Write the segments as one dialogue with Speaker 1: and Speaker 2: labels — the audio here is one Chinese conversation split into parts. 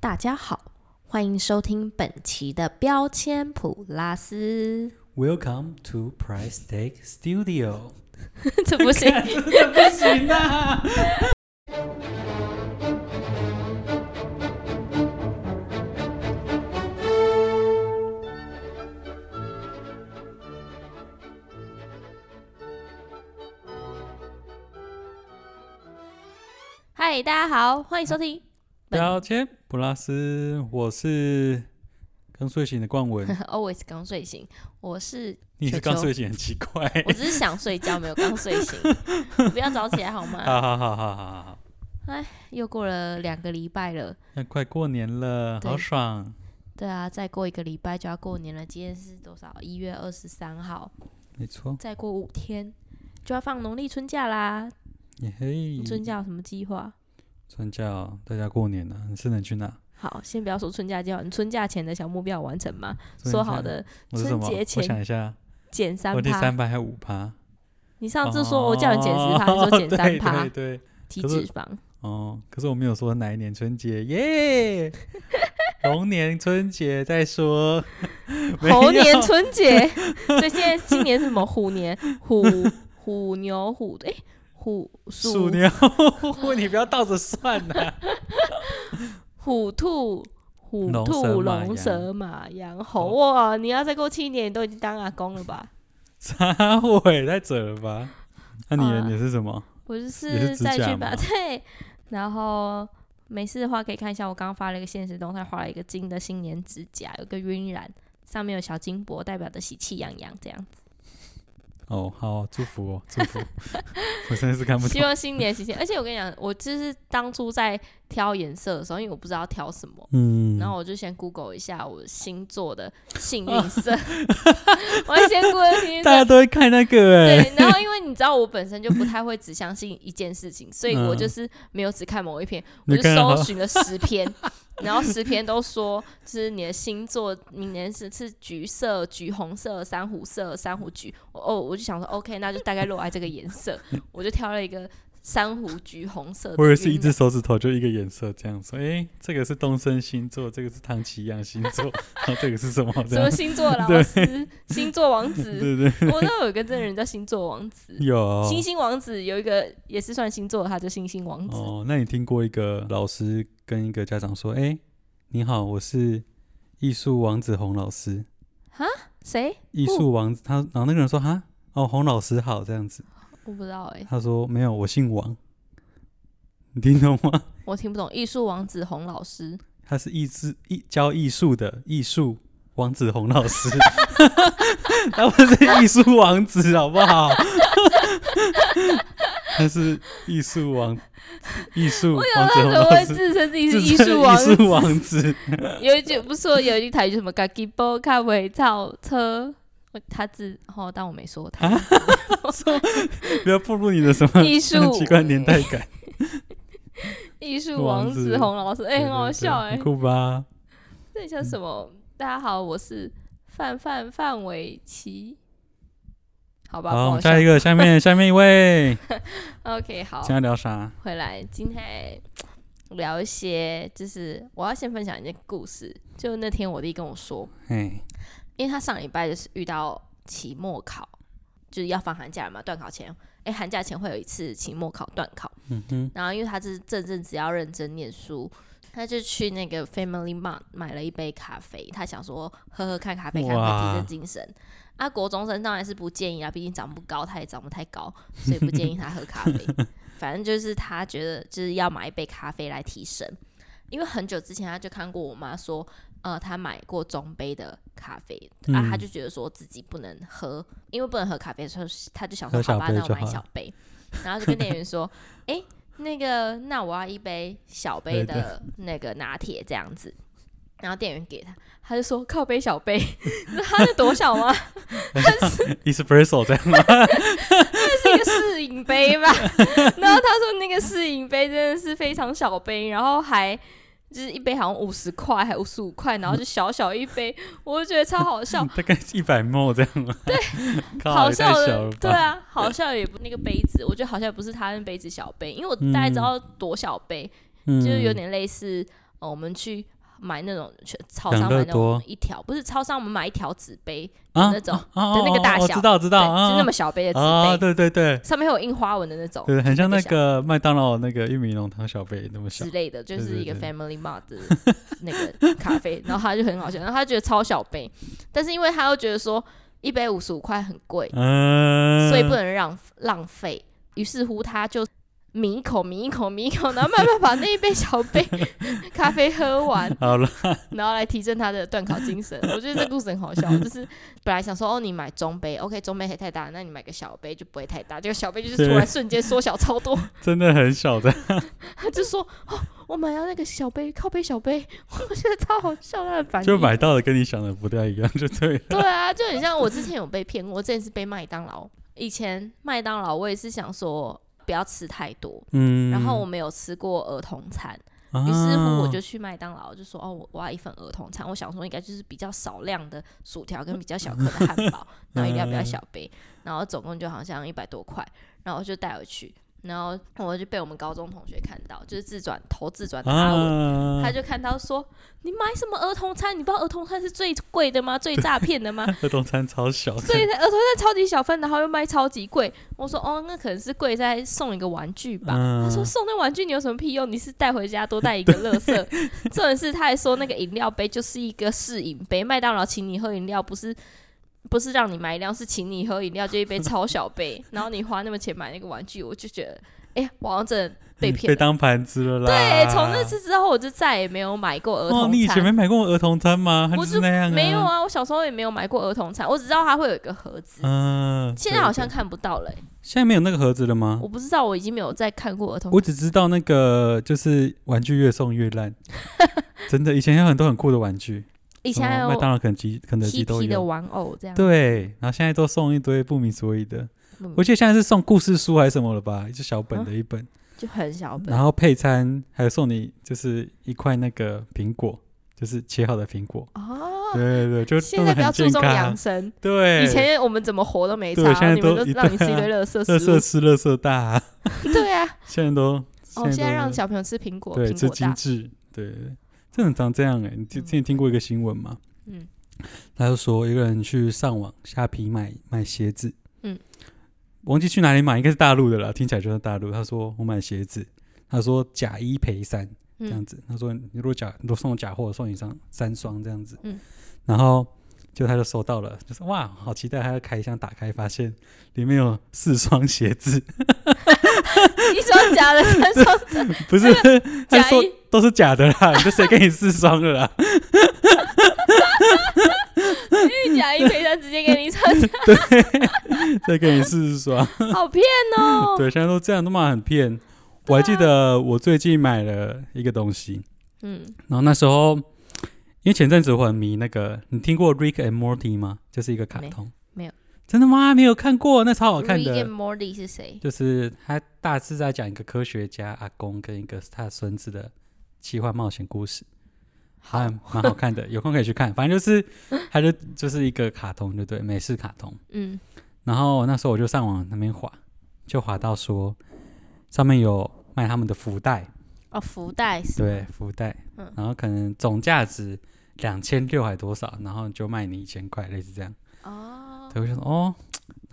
Speaker 1: 大家好，欢迎收听本期的标签普拉斯。
Speaker 2: Welcome to Price Tag Studio。
Speaker 1: 这不 行，
Speaker 2: 真的不行 啊！
Speaker 1: 嗨，大家好，欢迎收听。本
Speaker 2: 标签普拉斯，我是刚睡醒的 冠文。
Speaker 1: Always 刚睡醒，我是
Speaker 2: 你是
Speaker 1: 球球
Speaker 2: 刚睡醒，很奇怪。
Speaker 1: 我只是想睡觉，没有刚睡醒， 不要早起来好吗？
Speaker 2: 好好好好好好好，
Speaker 1: 又过了两个礼拜了，
Speaker 2: 那快过年了，
Speaker 1: 对
Speaker 2: 好爽！
Speaker 1: 对啊，再过一个礼拜就要过年了。今天是多少？一月二十三号，
Speaker 2: 没错，
Speaker 1: 再过五天就要放农历春假啦。
Speaker 2: 也可以
Speaker 1: 你。春假有什么计划？
Speaker 2: 春假哦，大家过年了，你是能去哪？
Speaker 1: 好，先不要说春假计划，你春假前的小目标有完成吗？
Speaker 2: 春假
Speaker 1: 说好的
Speaker 2: 我是什么？
Speaker 1: 春节
Speaker 2: 我
Speaker 1: 前
Speaker 2: 想一下，
Speaker 1: 减三
Speaker 2: 我第
Speaker 1: 趴
Speaker 2: 哦三，排还有五趴。
Speaker 1: 你上次说我叫你减十趴，你 说减
Speaker 2: 哦
Speaker 1: 三趴
Speaker 2: 对，对对，
Speaker 1: 体
Speaker 2: 可是
Speaker 1: 脂肪。
Speaker 2: 哦，可是我没有说哪一年春节耶， 龙年春节再说。 没有
Speaker 1: 猴年春节，所以现在今年是什么虎年？虎虎牛虎哎、虎
Speaker 2: 鼠
Speaker 1: 鼠
Speaker 2: 年， 你不要倒着算啊呐、
Speaker 1: 虎兔虎
Speaker 2: 龙
Speaker 1: 兔
Speaker 2: 蛇马
Speaker 1: 龙
Speaker 2: 羊
Speaker 1: 蛇马
Speaker 2: 哦
Speaker 1: 羊猴哇！你要再过七年，你都已经当阿公了吧？
Speaker 2: 撒谎太扯了吧？那、你
Speaker 1: 啊
Speaker 2: 你是什么？
Speaker 1: 我就
Speaker 2: 也
Speaker 1: 是
Speaker 2: 是指
Speaker 1: 再去
Speaker 2: 甲
Speaker 1: 吧，
Speaker 2: 吗
Speaker 1: 对。然后没事的话，可以看一下我刚刚发了一个现实动态，画了一个金的新年指甲，有个晕染，上面有小金箔，代表的喜气洋洋，这样。呃
Speaker 2: 哦，好啊，祝福哦，祝福。 我真的是看不
Speaker 1: 希
Speaker 2: 懂。
Speaker 1: 望新年新鲜。而且我跟你讲，我就是当初在挑颜色的时候，因为我不知道挑什么，
Speaker 2: 嗯，
Speaker 1: 然后我就先 Google 一下我星座的幸 运色，我还先 Google 幸运
Speaker 2: 大家
Speaker 1: 色。
Speaker 2: 都会看那个哎、
Speaker 1: 对，然后因为你知道我本身就不太会只相信一件事情，所以我
Speaker 2: 嗯
Speaker 1: 就是没有只看某一篇，我
Speaker 2: 你
Speaker 1: 就
Speaker 2: 看哦
Speaker 1: 搜
Speaker 2: 到
Speaker 1: 寻了十篇， 然后十篇都说就是你的星座明年是是橘色、橘红色、珊瑚色、珊瑚橘。我哦，我就想说 OK，那就大概落在这个颜 色，我就挑了一个珊瑚橘红色的晕染。啊
Speaker 2: 我也是一只手指头就一个颜色这样说，哎、这个是东升星座，这个是唐奇阳星座， 然后这个是什么？
Speaker 1: 什
Speaker 2: 这样
Speaker 1: 么星 座啊老
Speaker 2: 对
Speaker 1: 师、星座王
Speaker 2: 对
Speaker 1: 子，
Speaker 2: 对对，
Speaker 1: 我那有一个真人叫星座王子。
Speaker 2: 有哦
Speaker 1: 星星王子有一个也是算星座，他叫星星王子。
Speaker 2: 哦，那你听过一个老师跟一个家长说：“哎、你好，我是艺术王子洪老师。
Speaker 1: 谁？”
Speaker 2: 艺术王子，
Speaker 1: 哦
Speaker 2: 他然后那个人说：“哈，哦，洪老师好。”这样子，
Speaker 1: 我不知道哎、
Speaker 2: 他说：“没有，我姓王。”你听懂吗？
Speaker 1: 我听不懂。艺术王子洪老师，
Speaker 2: 他是艺术艺教艺术的艺术王子洪 老师，他不是艺术王子，好不好？ 他是艺术王艺术王子
Speaker 1: 他 啊
Speaker 2: 洪
Speaker 1: 怎么会
Speaker 2: 老师，
Speaker 1: 自称自己是
Speaker 2: 自
Speaker 1: 艺
Speaker 2: 称
Speaker 1: 术王
Speaker 2: 艺术
Speaker 1: 子？
Speaker 2: 王子。
Speaker 1: 有一句不是说有一句台语什么 g a g i b o k a w 造车”，我他自哦，但我没说他。
Speaker 2: 啊不要暴露你 的什么
Speaker 1: 艺术
Speaker 2: 奇怪年代感，
Speaker 1: 艺术王
Speaker 2: 王
Speaker 1: 子
Speaker 2: 子
Speaker 1: 洪老师， 哎、
Speaker 2: 对
Speaker 1: 很好
Speaker 2: 对
Speaker 1: 笑
Speaker 2: 对
Speaker 1: 哎、
Speaker 2: 很酷吧？
Speaker 1: 这像什么？大家好，我是范范范玮琪。好吧，
Speaker 2: 好，我
Speaker 1: 不
Speaker 2: 们
Speaker 1: 笑
Speaker 2: 下一个，下面下面一位，
Speaker 1: OK，好
Speaker 2: 今，天要聊啥？
Speaker 1: 回来今天聊一些，就是我要先分享一件故事。就那天我弟跟我说，
Speaker 2: 哎，
Speaker 1: 因为他上礼拜就是遇到期末考，就是要放寒假了嘛，断考前，哎，寒假前会有一次期末考断考。
Speaker 2: 嗯 哼，
Speaker 1: 然后因为他是这阵子要认真念书，他就去那个 Family Mart 买了一杯咖啡，他想说喝喝看咖啡，看会提
Speaker 2: 哇
Speaker 1: 振精神。啊，国中生当然是不建议啊，毕竟长不高，他也长不太高，所以不建议他喝 咖啡。反正就是他觉得就是要买一杯咖啡来提神，因为很久之前他就看过我妈说，呃，他买过中杯的咖啡，啊，
Speaker 2: 嗯
Speaker 1: 他就觉得说自己不能喝，因为不能喝咖啡，所以他就想说，
Speaker 2: 喝小
Speaker 1: 好吧，
Speaker 2: 杯
Speaker 1: 那我
Speaker 2: 就
Speaker 1: 买
Speaker 2: 好
Speaker 1: 小杯，然后就跟店员说，哎、那个，那我要一杯小杯
Speaker 2: 对
Speaker 1: 的那个拿铁这样子。然后店员给他，他就说靠杯小杯， 他是多小吗？
Speaker 2: ，espresso 这样吗？
Speaker 1: 是一个试饮杯吧。 然后他说那个试饮杯真的是非常小杯，然后还就是一杯好像五十块还五十五块，然后就小小一杯，我就觉得超好 笑。
Speaker 2: 大概一百 ml 这样吗？ 对
Speaker 1: 好
Speaker 2: 好
Speaker 1: 笑
Speaker 2: 小
Speaker 1: 的
Speaker 2: 了，
Speaker 1: 对
Speaker 2: 吧？
Speaker 1: 啊，好笑也不那个杯子，我觉得好像也不是他那杯子小杯，因为我大概知道多小杯，
Speaker 2: 嗯
Speaker 1: 就是有点类似哦，我们去买那种去超
Speaker 2: 养
Speaker 1: 商买
Speaker 2: 乐
Speaker 1: 那
Speaker 2: 多
Speaker 1: 种一条，不是超商我们买一条纸杯，
Speaker 2: 啊
Speaker 1: 那种
Speaker 2: 啊啊
Speaker 1: 的那个
Speaker 2: 啊
Speaker 1: 大
Speaker 2: 我
Speaker 1: 小
Speaker 2: 知道知
Speaker 1: 对，
Speaker 2: 道啊，
Speaker 1: 是那
Speaker 2: 啊
Speaker 1: 么小杯的纸杯，
Speaker 2: 啊，对对对
Speaker 1: 上面会有印花纹的那种，
Speaker 2: 对，很像
Speaker 1: 那
Speaker 2: 那
Speaker 1: 个
Speaker 2: 个麦当劳那个玉米浓汤小杯那么小
Speaker 1: 之，类的，就
Speaker 2: 对
Speaker 1: 是
Speaker 2: 对
Speaker 1: 一个
Speaker 2: 对
Speaker 1: Family Mart 的那个咖啡，然后他就很好笑，然后他觉得超小杯，但是因为他又觉得说一杯五十五块很贵，
Speaker 2: 嗯，
Speaker 1: 所以不能让浪费，于是乎他就抿一口，抿一口，抿一口，然后慢慢把那一杯小杯 咖啡喝完，
Speaker 2: 好了，
Speaker 1: 然后来提振他的断考精神。我觉得这故事很 好笑，就是本来想说哦，你买中杯，OK，中杯还太大，那你买个小杯就不会太大。结果小杯就是突然瞬间缩小超多，
Speaker 2: 真的很小的，
Speaker 1: 他就说哦，我买到那个小杯，靠杯小杯， 我觉得超好笑，他的反应
Speaker 2: 就买到的跟你想的不太一样，就对了。
Speaker 1: 对啊，就很像我之前有被骗过，我之前是被麦当劳，以前麦当劳我也是想说不要吃太多。
Speaker 2: 嗯，
Speaker 1: 然后我没有吃过儿童餐，
Speaker 2: 啊，
Speaker 1: 于是乎我就去麦当劳，就说哦，我我要一份儿童餐。我想说应该就是比较少量的薯条跟比较小颗的汉 堡，然后一定要
Speaker 2: 嗯
Speaker 1: 比较小杯，然后总共就好像一百多块，然后我就带回去，然后我就被我们高中同学看到，就是自转投自转的阿文。
Speaker 2: 啊，
Speaker 1: 他就看到说：“你买什么儿童餐？你不知道儿童餐是最贵的吗？最诈骗的吗？
Speaker 2: 儿童餐超小的，
Speaker 1: 所以儿童餐超级小份，然后又卖超级贵。”我说：“哦，那可能是贵在送一个玩具吧。”
Speaker 2: 嗯
Speaker 1: 他说送那玩具你有什么屁用？你是带回家多带一个乐 色。重点是他还说那个饮料杯就是一个试饮杯，麦当劳请你喝饮料不是不是让你买饮料，是请你喝饮料，就一杯超小 杯，然后你花那么钱买那个玩具，我就觉得，哎、呀，我好像真的被骗
Speaker 2: 被
Speaker 1: 了。
Speaker 2: 当盘子了啦。
Speaker 1: 对，从那次之后我就再也没有买过儿
Speaker 2: 哦，
Speaker 1: 童
Speaker 2: 你以前
Speaker 1: 餐。
Speaker 2: 没买过儿童餐吗？它
Speaker 1: 我
Speaker 2: 就是
Speaker 1: 就
Speaker 2: 那样、
Speaker 1: 没有。啊，我小时候也没有买过儿童餐，我只知道它会有一个盒子，
Speaker 2: 嗯，
Speaker 1: 现在好像
Speaker 2: 对
Speaker 1: 看不到了、欸
Speaker 2: 对现在没有那个盒子了吗
Speaker 1: 我？不知道，我已经没有再看过儿童
Speaker 2: 我只知道那个就是玩具越送 越烂，真的，以前有很多很酷的玩具，
Speaker 1: 以
Speaker 2: 以
Speaker 1: 前还
Speaker 2: 麦
Speaker 1: 有
Speaker 2: 当劳、肯基、肯德基
Speaker 1: T
Speaker 2: 都
Speaker 1: P 的
Speaker 2: 有。
Speaker 1: 玩偶这样。
Speaker 2: 对，然后现在都送一堆不明所以的，
Speaker 1: 嗯
Speaker 2: 我记得现在是送故事书还是什么了吧，就小本
Speaker 1: 啊
Speaker 2: 的一本，
Speaker 1: 就很小本
Speaker 2: 然，后配餐还有送你就是一块那个苹果，就是切好的苹果，
Speaker 1: 哦，
Speaker 2: 对对对，就
Speaker 1: 现在比较注重养
Speaker 2: 养，
Speaker 1: 生，
Speaker 2: 啊对，
Speaker 1: 以前我们怎么活都没
Speaker 2: 对
Speaker 1: 差，
Speaker 2: 现在
Speaker 1: 你们都
Speaker 2: 都一
Speaker 1: 让你吃一
Speaker 2: 对啊
Speaker 1: 堆垃圾
Speaker 2: 乐
Speaker 1: 食物
Speaker 2: 色。吃乐色大、
Speaker 1: 对 啊，
Speaker 2: 现在都
Speaker 1: 哦，现在
Speaker 2: 都
Speaker 1: 让小朋友吃苹果，
Speaker 2: 对
Speaker 1: 苹
Speaker 2: 吃
Speaker 1: 果
Speaker 2: 精
Speaker 1: 大，
Speaker 2: 致，对对对，这很常这样哎、你之之前听过一个新闻吗？
Speaker 1: 嗯，
Speaker 2: 他就说一个人去上网虾皮买买鞋子，
Speaker 1: 嗯，
Speaker 2: 忘记去哪里买，应该是大陆的了，听起来就是大陆。他说我买鞋子，他说假一赔三这样
Speaker 1: 嗯
Speaker 2: 子，他说你如果假如果送我假货，送你上三双这样子，
Speaker 1: 嗯，
Speaker 2: 然后。就他就收到了，就说哇，好期待！他要开箱打开，发现里面有四双鞋子，
Speaker 1: 你说假的， 三双
Speaker 2: 不是，他
Speaker 1: 假
Speaker 2: 说
Speaker 1: 一
Speaker 2: 都是假的啦，你这谁给你四双了啦？
Speaker 1: 真假一赔三，直接给你 穿，
Speaker 2: 再给你四双，
Speaker 1: 好骗哦。
Speaker 2: 对，现在都这样，都嘛很骗。我还记得我最近买了一个东西，
Speaker 1: 嗯，
Speaker 2: 然后那时候因为前阵子我很迷那个，你听过 Rick and Morty 吗？就是一个卡通，
Speaker 1: 没没有，
Speaker 2: 真的吗？没有看过，那超好看
Speaker 1: Rick and
Speaker 2: 的，
Speaker 1: Morty 是谁？
Speaker 2: 就是他大致在讲一个科学家阿公跟一个他孙子的奇幻冒险故事。
Speaker 1: 好
Speaker 2: 还，蛮 好看的，有空可以去看。反正就是，它就就是一个卡通，对不对？美式卡通。
Speaker 1: 嗯，
Speaker 2: 然后那时候我就上网那边滑，就滑到说上面有卖他们的福袋，
Speaker 1: 哦，福袋是，
Speaker 2: 对，福袋，
Speaker 1: 嗯
Speaker 2: 然后可能总价值两千六还多少，然后就卖你一千块，类似这样。
Speaker 1: 哦，
Speaker 2: 对，我就说哦，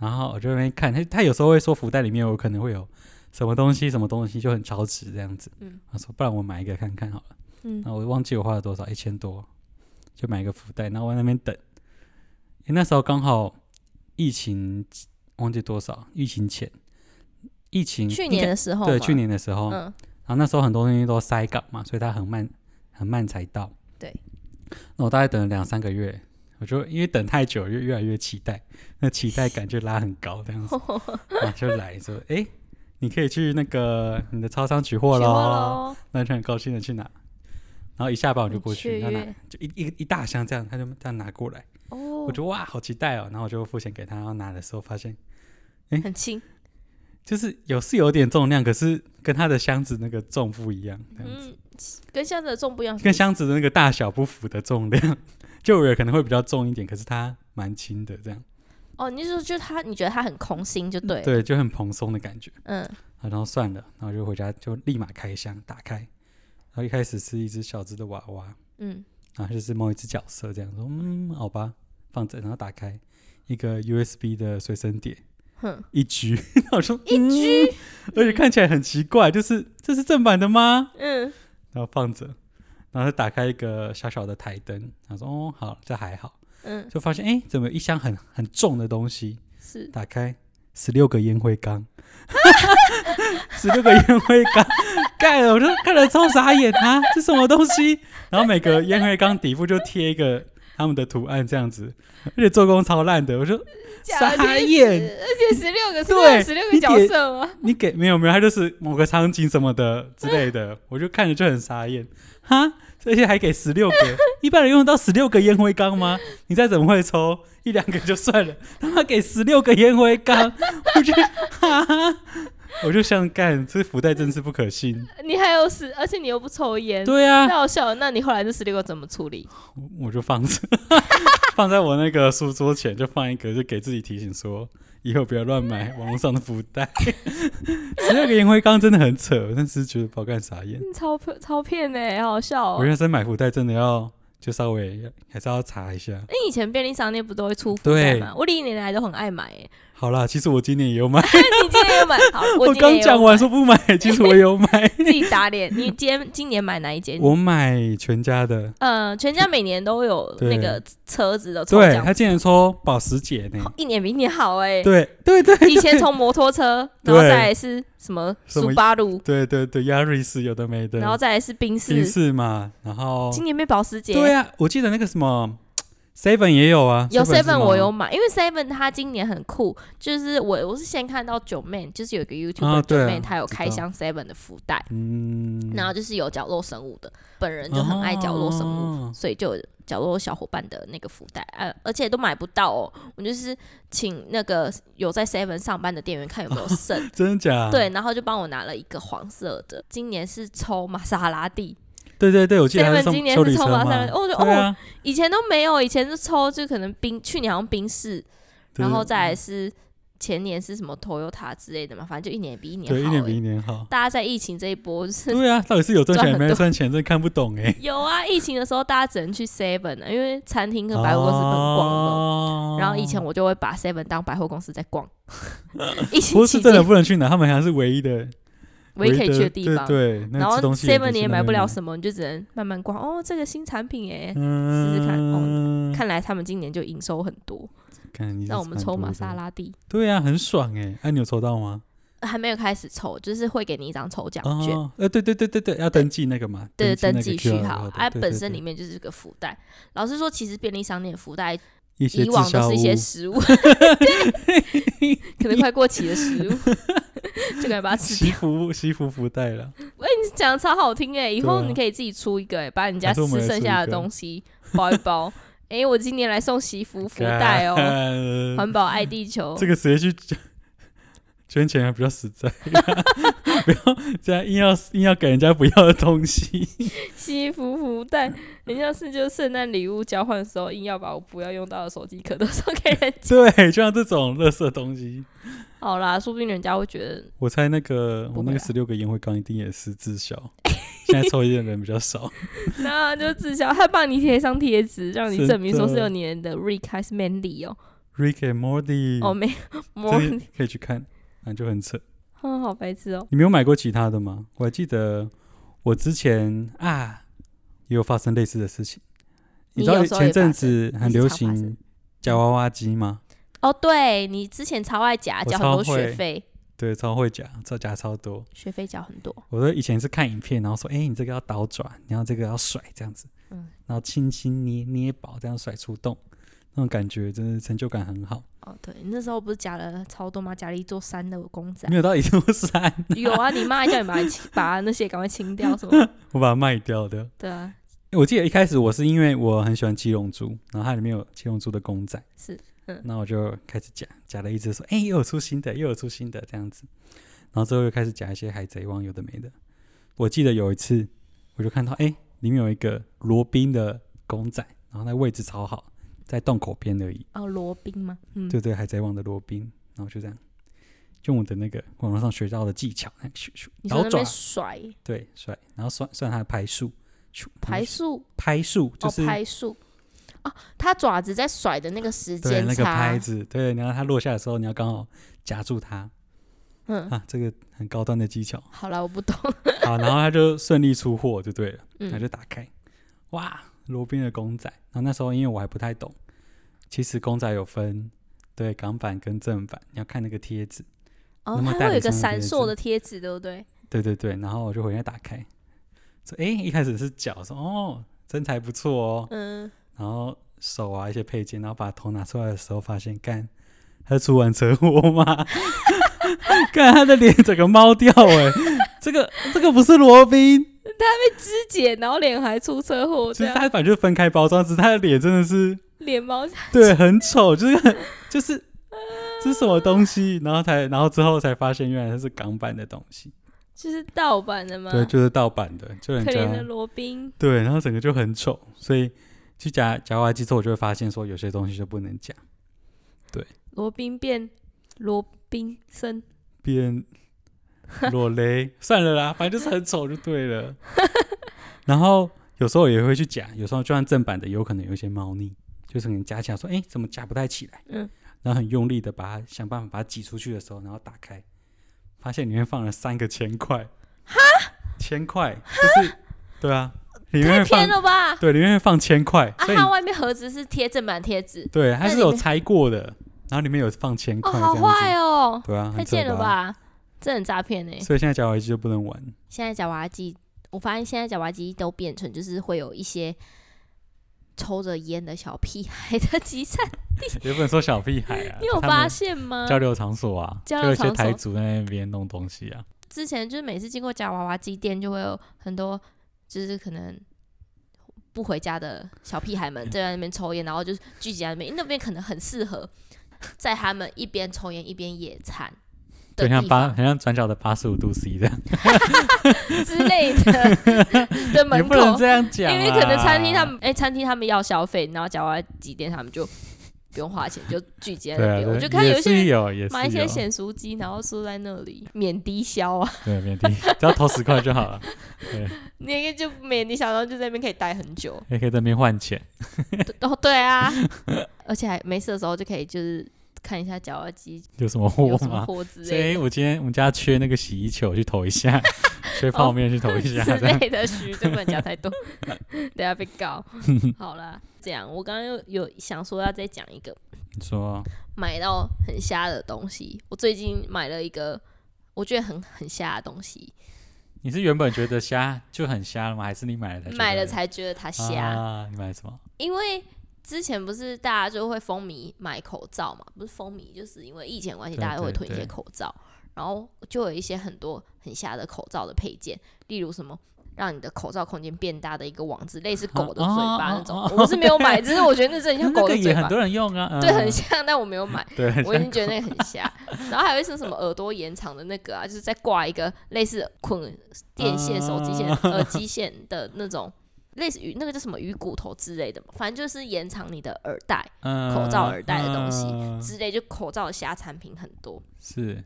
Speaker 2: 然后我就在那边看，他他有时候会说福袋里面有可能会有什么东西，什么东西就很超值这样子。
Speaker 1: 嗯
Speaker 2: 他说不然我买一个看看好了。
Speaker 1: 嗯
Speaker 2: 那我忘记我花了多少，一千多，就买一个福袋，然后我在那边等。因为那时候刚好疫情，忘记多少，疫情前，疫情
Speaker 1: 去
Speaker 2: 应
Speaker 1: 年
Speaker 2: 该
Speaker 1: 的时候嘛，
Speaker 2: 对去年的时候，然
Speaker 1: 嗯，
Speaker 2: 后那时候很多东西都塞港嘛，所以它很慢很慢才到。
Speaker 1: 对，
Speaker 2: 那我大概等了两三个月，我就因为等太久，越越来越期待，那期待感就拉很高这 样子，然后就来说，哎、你可以去那个你的超商取货
Speaker 1: 取货
Speaker 2: 喽。
Speaker 1: 喽，
Speaker 2: 那就很高兴的去拿，然后一下班我就过去，
Speaker 1: 雀
Speaker 2: 要拿
Speaker 1: 跃
Speaker 2: 就一一一大箱这样，他就这样拿过来，
Speaker 1: 哦
Speaker 2: 我，就哇好期待哦，然后我就付钱给他，然后拿的时候发现
Speaker 1: 哦很轻，
Speaker 2: 就是有是有点重量，可是跟他的箱子那个重不一样，这样子、
Speaker 1: 嗯，跟箱子的重不一样，
Speaker 2: 跟箱子的那个大小不符的重量，就我也可能会比较重一点，可是它蛮轻的这样，
Speaker 1: 哦，你是说就他，你觉得他很空心就对了，
Speaker 2: 对，就很蓬松的感觉。
Speaker 1: 嗯，
Speaker 2: 啊然后算了，然后就回家就立马开箱打开，然后一开始是一只小只的娃娃，
Speaker 1: 嗯，
Speaker 2: 然后就是某一只角色这样说，嗯，好吧，放着，然后打开一个 USB 的随身碟，
Speaker 1: 哼，
Speaker 2: 一 G，然 后我说
Speaker 1: 一 G
Speaker 2: 嗯而且看起来很奇怪，就是这是正版的吗？
Speaker 1: 嗯，
Speaker 2: 然后放着，然后就打开一个小小的台灯，他说哦好，这还好，
Speaker 1: 嗯，
Speaker 2: 就发现哎、诶怎么有一箱很很重的东西，
Speaker 1: 是
Speaker 2: 打开十六个烟灰缸， 十六个烟灰缸盖了，我就看了超傻眼啊，这什么东西？然后每个烟灰缸底部就贴一个他们的图案这样子，而且做工超烂的，我说
Speaker 1: 假的
Speaker 2: 傻眼，
Speaker 1: 而且十六个是
Speaker 2: 对
Speaker 1: 十六个
Speaker 2: 你
Speaker 1: 角
Speaker 2: 点
Speaker 1: 色吗？
Speaker 2: 你给没有没有，它就是某个场景什么的之类的， 我就看着就很傻眼，哈，而且还给十六个， 一般人用得到十六个烟灰缸吗？你再怎么会抽一两个就算了，他妈给十六个烟灰缸， 我就哈哈，我就想干，这福袋真是不可信。
Speaker 1: 你还有十，而且你又不抽烟，
Speaker 2: 对啊，
Speaker 1: 太好笑了。那你后来这十六个怎么处理？
Speaker 2: 我我就放着， 放在我那个书桌前，就放一个，就给自己提醒说，以后不要乱买网络上的福袋。 十六个烟灰缸真的很扯，但是觉得爆干傻眼。
Speaker 1: 嗯超超骗呢、好好笑
Speaker 2: 我
Speaker 1: 哦。
Speaker 2: 人生买福袋真的要就稍微还是要查一下。
Speaker 1: 那以前便利商店不都会出福袋吗？我历年来都很爱买、欸。
Speaker 2: 好啦，其实我今年也 有买，
Speaker 1: 你今天有 买？好，今
Speaker 2: 我
Speaker 1: 天也
Speaker 2: 刚
Speaker 1: 有
Speaker 2: 讲
Speaker 1: 买
Speaker 2: 完说不买，其实我 有买，
Speaker 1: 自己打脸。你今天今年买哪一间？
Speaker 2: 我买全家的，
Speaker 1: 呃，全家每年都有
Speaker 2: 对
Speaker 1: 那个车子的抽
Speaker 2: 对
Speaker 1: 奖
Speaker 2: 他，竟然抽保时捷呢，
Speaker 1: 一年比一年好哎、
Speaker 2: 对对对
Speaker 1: 以前从摩托车，然后
Speaker 2: 对
Speaker 1: 再来是什么
Speaker 2: 什么
Speaker 1: 苏巴鲁，
Speaker 2: 对对对，亚瑞斯有的没的，
Speaker 1: 然后再来是宾士
Speaker 2: 宾，士嘛，然后
Speaker 1: 今年被保时捷。
Speaker 2: 对啊，我记得那个什么 Seven 也有啊，
Speaker 1: 有
Speaker 2: 7-Eleven 是
Speaker 1: Seven
Speaker 2: 吗
Speaker 1: 我有买，因为 Seven 它今年很酷，就是我我是先看到九妹，就是有一个 YouTuber
Speaker 2: 啊
Speaker 1: 九
Speaker 2: 对啊
Speaker 1: 妹、她有开
Speaker 2: 知道
Speaker 1: 箱 Seven 的福袋，
Speaker 2: 嗯，哦
Speaker 1: 然后就是有角落生物的，本人就很爱角落生物，
Speaker 2: 物，
Speaker 1: 所以就有角落小伙伴的那个福袋，呃，而且都买不到哦，我就是请那个有在 Seven 上班的店员看有没有剩，
Speaker 2: 真的假？
Speaker 1: 对，然后就帮我拿了一个黄色的，今年是抽玛莎拉蒂，
Speaker 2: 对对对，我记得他
Speaker 1: Seven
Speaker 2: 送
Speaker 1: 今年
Speaker 2: 修
Speaker 1: 是
Speaker 2: 理
Speaker 1: 抽
Speaker 2: 车
Speaker 1: 玛
Speaker 2: 嘛，
Speaker 1: 莎拉蒂，哦我就
Speaker 2: 对
Speaker 1: 哦，
Speaker 2: 啊，
Speaker 1: 以前都没有，以前是抽就可能冰，去年好像冰室。
Speaker 2: 对
Speaker 1: 然后再来是前年是什么 Toyota 之类的嘛，反正就一年比一年好、
Speaker 2: 对，一年比一
Speaker 1: 欸
Speaker 2: 年好。
Speaker 1: 大家在疫情这一波 就是
Speaker 2: 对啊，到底是有赚
Speaker 1: 赚
Speaker 2: 钱
Speaker 1: 很
Speaker 2: 没
Speaker 1: 多
Speaker 2: 赚钱，真的看不懂哎、
Speaker 1: 有啊，疫情的时候大家只能去 Seven 啊，因为餐厅跟百货公司不能逛的嘛。
Speaker 2: 哦
Speaker 1: 然后以前我就会把 Seven 当百货公司在 逛，疫
Speaker 2: 不
Speaker 1: 情
Speaker 2: 过是
Speaker 1: 期
Speaker 2: 真的
Speaker 1: 间
Speaker 2: 不能去哪，他们好像是唯一的
Speaker 1: 唯一可
Speaker 2: 唯
Speaker 1: 以
Speaker 2: 一
Speaker 1: 去的地方。
Speaker 2: 对对，那
Speaker 1: 然后
Speaker 2: 吃东西
Speaker 1: Seven 你
Speaker 2: 也
Speaker 1: 也买不了
Speaker 2: 么，
Speaker 1: 什么，你就只能慢慢逛。哦，这个新产品哎、
Speaker 2: 嗯，
Speaker 1: 试试看哦
Speaker 2: 看
Speaker 1: 看来他们今年就营收很多，
Speaker 2: 看你是
Speaker 1: 让我们抽
Speaker 2: 蛮多
Speaker 1: 玛
Speaker 2: 的
Speaker 1: 莎，拉蒂。
Speaker 2: 对啊，很爽哎、哎、你有抽到吗？
Speaker 1: 还没有开始抽，就是会给你一张抽奖券，
Speaker 2: 哦，呃，对对对对对，要登记那个嘛，
Speaker 1: 对，
Speaker 2: 登
Speaker 1: 登记序号，哎、
Speaker 2: 哎，对
Speaker 1: 本
Speaker 2: 对
Speaker 1: 身
Speaker 2: 对
Speaker 1: 里面就是个福袋。老实说，其实便利商店的福袋
Speaker 2: 一些
Speaker 1: 以
Speaker 2: 滞
Speaker 1: 往都
Speaker 2: 销
Speaker 1: 是一些
Speaker 2: 物
Speaker 1: 食物， 对，可能快过期的食物，就赶快把它吃
Speaker 2: 西
Speaker 1: 掉。
Speaker 2: 服西服福袋了，
Speaker 1: 你讲的超好听哎、以后
Speaker 2: 对啊
Speaker 1: 你可以自己出一个哎、把人家
Speaker 2: 还是
Speaker 1: 吃
Speaker 2: 我们来
Speaker 1: 剩
Speaker 2: 出一
Speaker 1: 下的
Speaker 2: 个
Speaker 1: 东西包一包。哎、我今年来送媳福福袋哦，
Speaker 2: 干
Speaker 1: 环保爱地球。
Speaker 2: 这个直接去 捐钱还比较实在、 不要这样硬要硬要给人家不要的东西。
Speaker 1: 西服福袋，人家是就是圣诞礼物交换的时候，硬要把我不要用到的手机壳都 送给人家。
Speaker 2: 对，就像这种垃圾东西，
Speaker 1: 好啦，说不定人家会觉得
Speaker 2: 我猜那个
Speaker 1: 不
Speaker 2: 我
Speaker 1: 会
Speaker 2: 那个
Speaker 1: 啊
Speaker 2: 十六个烟灰缸一定也是滞销， 现在抽烟的人比较少。
Speaker 1: 那就滞销，他帮你贴上贴纸，让你
Speaker 2: 真
Speaker 1: 证明说
Speaker 2: 的
Speaker 1: 是有你的 Rick 还是 Manly 哦。
Speaker 2: Rick and Morty，
Speaker 1: 哦，没有
Speaker 2: 嗯这
Speaker 1: m
Speaker 2: 个可以去看，啊，就很扯。
Speaker 1: 嗯，好白 痴哦。
Speaker 2: 你没有买过其他的吗？我还记得我之前啊，也有发生类似的事情。
Speaker 1: 你
Speaker 2: 知道
Speaker 1: 有时候也
Speaker 2: 前
Speaker 1: 发生
Speaker 2: 阵子
Speaker 1: 你
Speaker 2: 很
Speaker 1: 是
Speaker 2: 流
Speaker 1: 常发生
Speaker 2: 行夹娃娃机吗？
Speaker 1: 哦，对你之前超爱夹，
Speaker 2: 我
Speaker 1: 缴很多学
Speaker 2: 超会
Speaker 1: 费，
Speaker 2: 对，超会夹，超夹超多。
Speaker 1: 学费缴很多。
Speaker 2: 我说以前是看影片，然后说，哎、你这个要倒转，然后这个要甩这样子，
Speaker 1: 嗯
Speaker 2: 然后轻轻捏捏薄，这样甩出洞，那种感觉真的成就感很好。
Speaker 1: 哦，对，你那时候不是夹了超多吗？夹了一座山的公仔
Speaker 2: 没。有到一座山，
Speaker 1: 有啊，你妈还叫你把它清把那些赶快清掉什 么？
Speaker 2: 我把它卖掉的。
Speaker 1: 对啊，
Speaker 2: 我记得一开始我是因为我很喜欢七龙珠，然后它里面有七龙珠的公仔，
Speaker 1: 是，嗯
Speaker 2: 那我就开始夹，夹了一只说，哎、又有出新的，又有出新的这样子，然后之后又开始夹一些海贼王有的没的。我记得有一次，我就看到，哎、里面有一个罗宾的公仔，然后那位置超好，在洞口边而已。
Speaker 1: 哦，罗宾吗？嗯，
Speaker 2: 对对，海贼王的罗宾，然后就这样用我的那个网络上学到的技巧，那咻咻
Speaker 1: 你说
Speaker 2: 倒
Speaker 1: 那
Speaker 2: 爪
Speaker 1: 边，甩
Speaker 2: 对，甩，然后算算它的拍数，咻
Speaker 1: 排数
Speaker 2: 拍数就是、
Speaker 1: 哦，拍数哦，他爪子在甩的那个时
Speaker 2: 对
Speaker 1: 间
Speaker 2: 那个
Speaker 1: 差，
Speaker 2: 拍子，对，然后它落下的时候，你要刚好夹住它
Speaker 1: 嗯，
Speaker 2: 啊，这个很高端的技巧。
Speaker 1: 好了，我不懂，
Speaker 2: 好，然后他就顺利出货就对了，他
Speaker 1: 嗯
Speaker 2: 就打开，哇，罗宾的公仔。然后那时候因为我还不太懂，其实公仔有分对港版跟正版，你要看那个贴纸。
Speaker 1: 哦
Speaker 2: 那，么
Speaker 1: 它
Speaker 2: 大
Speaker 1: 会有
Speaker 2: 的
Speaker 1: 一个
Speaker 2: 上
Speaker 1: 闪
Speaker 2: 面贴
Speaker 1: 烁
Speaker 2: 纸
Speaker 1: 的贴纸，对不对？
Speaker 2: 对对对，然后我就回家打开，说诶，一开始是脚，说哦身材不错哦，
Speaker 1: 嗯，
Speaker 2: 然后手啊一些配件，然后把头拿出来的时候，发现干他是出完车祸吗？ 看他的脸整个猫掉哎、 这个这个不是罗宾，
Speaker 1: 肢解，然后脸还出车祸，
Speaker 2: 就
Speaker 1: 这
Speaker 2: 是
Speaker 1: 样
Speaker 2: 他反正就是分开包装，只是他的脸真的是
Speaker 1: 脸毛
Speaker 2: 对很丑，就是很就是这是什么东西，然后才然后之后才发现原来它是港版的东西，
Speaker 1: 就是盗版的嘛，
Speaker 2: 对，就是盗版的，就人
Speaker 1: 可怜的
Speaker 2: 家
Speaker 1: 罗宾，
Speaker 2: 对，然后整个就很丑，所以去夹夹娃娃机之后，我就会发现说有些东西就不能夹，
Speaker 1: 罗宾变罗宾森，
Speaker 2: 变裸雷，算了啦，反正就是很丑就 对了。然后有时候也会去夹，有时候就算正版的，有可能有一些猫腻，就是可能夹起来说，哎、怎么夹不太起来？
Speaker 1: 嗯，
Speaker 2: 然后很用力的把它想办法把它挤出去的时候，然后打开，发现里面放了三个千块，千块就是对啊，里面
Speaker 1: 太
Speaker 2: 会放
Speaker 1: 偏了吧？
Speaker 2: 对，里面会放千块，
Speaker 1: 啊，
Speaker 2: 所以
Speaker 1: 它外面盒子是贴正版贴纸，
Speaker 2: 对它
Speaker 1: 那
Speaker 2: 是
Speaker 1: 里
Speaker 2: 有
Speaker 1: 面
Speaker 2: 拆过的，然后里面有放千
Speaker 1: 哦，
Speaker 2: 块这样
Speaker 1: 好
Speaker 2: 子，
Speaker 1: 坏哦，
Speaker 2: 对啊，
Speaker 1: 太
Speaker 2: 很扯
Speaker 1: 贱了？吧？这很诈骗呢。欸
Speaker 2: 所以现在夹娃娃机就不能玩。
Speaker 1: 现在夹娃娃机，我发现现在夹娃娃机都变成就是会有一些抽着烟的小屁孩的集散，
Speaker 2: 也不能说小屁孩啊，
Speaker 1: 你有
Speaker 2: 啊他
Speaker 1: 发
Speaker 2: 们
Speaker 1: 现吗？
Speaker 2: 交流场所啊，
Speaker 1: 交流
Speaker 2: 就有一
Speaker 1: 场
Speaker 2: 些
Speaker 1: 所
Speaker 2: 台主在那边弄东西啊，
Speaker 1: 之前就是每次经过夹娃娃机店，就会有很多就是可能不回家的小屁孩 们就在那边抽烟，然后就是聚集在那边，因为那边可能很适合在他们一边抽烟一边野餐的
Speaker 2: 就像
Speaker 1: 地
Speaker 2: 八，
Speaker 1: 方
Speaker 2: 很像转角的八十五度 C 这样，
Speaker 1: 之类 的的
Speaker 2: 也
Speaker 1: 门
Speaker 2: 不能
Speaker 1: 口，
Speaker 2: 这样讲啊，
Speaker 1: 因为可能餐厅他们哎、餐厅他们要消费，然后夹娃娃机店他们就不用花钱，就聚集在
Speaker 2: 对
Speaker 1: 那
Speaker 2: 啊，
Speaker 1: 边。
Speaker 2: 对
Speaker 1: 我就看有一
Speaker 2: 也
Speaker 1: 些
Speaker 2: 是
Speaker 1: 人
Speaker 2: 有，也是
Speaker 1: 买一些
Speaker 2: 有
Speaker 1: 显熟鸡，然后坐在那里免低消啊，
Speaker 2: 对，免提，只要投十块就好了，对，
Speaker 1: 那个就免低消，然后就在那边可以待很久。
Speaker 2: 也可以在那边换钱，
Speaker 1: 哦，对 啊，而且还没事的时候就可以就是看一下绞肉机
Speaker 2: 有什么货
Speaker 1: 有什么
Speaker 2: 吗？
Speaker 1: 货之
Speaker 2: 所
Speaker 1: 类
Speaker 2: 以我今天我们家缺那个洗衣球，去投一下， 缺泡面去投一
Speaker 1: 哦的
Speaker 2: 下，
Speaker 1: 之
Speaker 2: 这样
Speaker 1: 类的虚，就不能讲太 多，等下被告。好啦，这样我刚刚又有想说要再讲一个
Speaker 2: 你说
Speaker 1: 买到很瞎的东西，我最近买了一个我觉得很很瞎的东西，
Speaker 2: 你是原本觉得瞎就很瞎了吗？还是你买了才觉得
Speaker 1: 买了才觉得它瞎。
Speaker 2: 啊？你买了什么？
Speaker 1: 因为之前不是大家就会风靡买口罩嘛，不是风靡，就是因为疫情的关系，
Speaker 2: 对
Speaker 1: 大家都会
Speaker 2: 对
Speaker 1: 囤一些
Speaker 2: 对
Speaker 1: 口罩，然后就有一些很多很瞎的口罩的配件，例如什么。让你的口罩空间变大的一个网子，类似狗的嘴巴那种。
Speaker 2: 哦哦哦哦
Speaker 1: 我们是没有买，只是我觉得那真的像
Speaker 2: 那
Speaker 1: 狗
Speaker 2: 个
Speaker 1: 的嘴
Speaker 2: 也很
Speaker 1: 巴，
Speaker 2: 多人用啊，
Speaker 1: 对，很
Speaker 2: 嗯
Speaker 1: 像，但我没有买。
Speaker 2: 对，很
Speaker 1: 我已经觉得那个很瞎。然后还有一些什么耳朵延长的那个啊，就是在挂一个类似捆电线、手机线、耳机线的那种，类似于那个叫什么鱼骨头之类的嘛，反正就是延长你的耳带口
Speaker 2: 口
Speaker 1: 罩耳戴的东西
Speaker 2: 嗯、
Speaker 1: 之类，就口罩的瞎产品很多。
Speaker 2: 是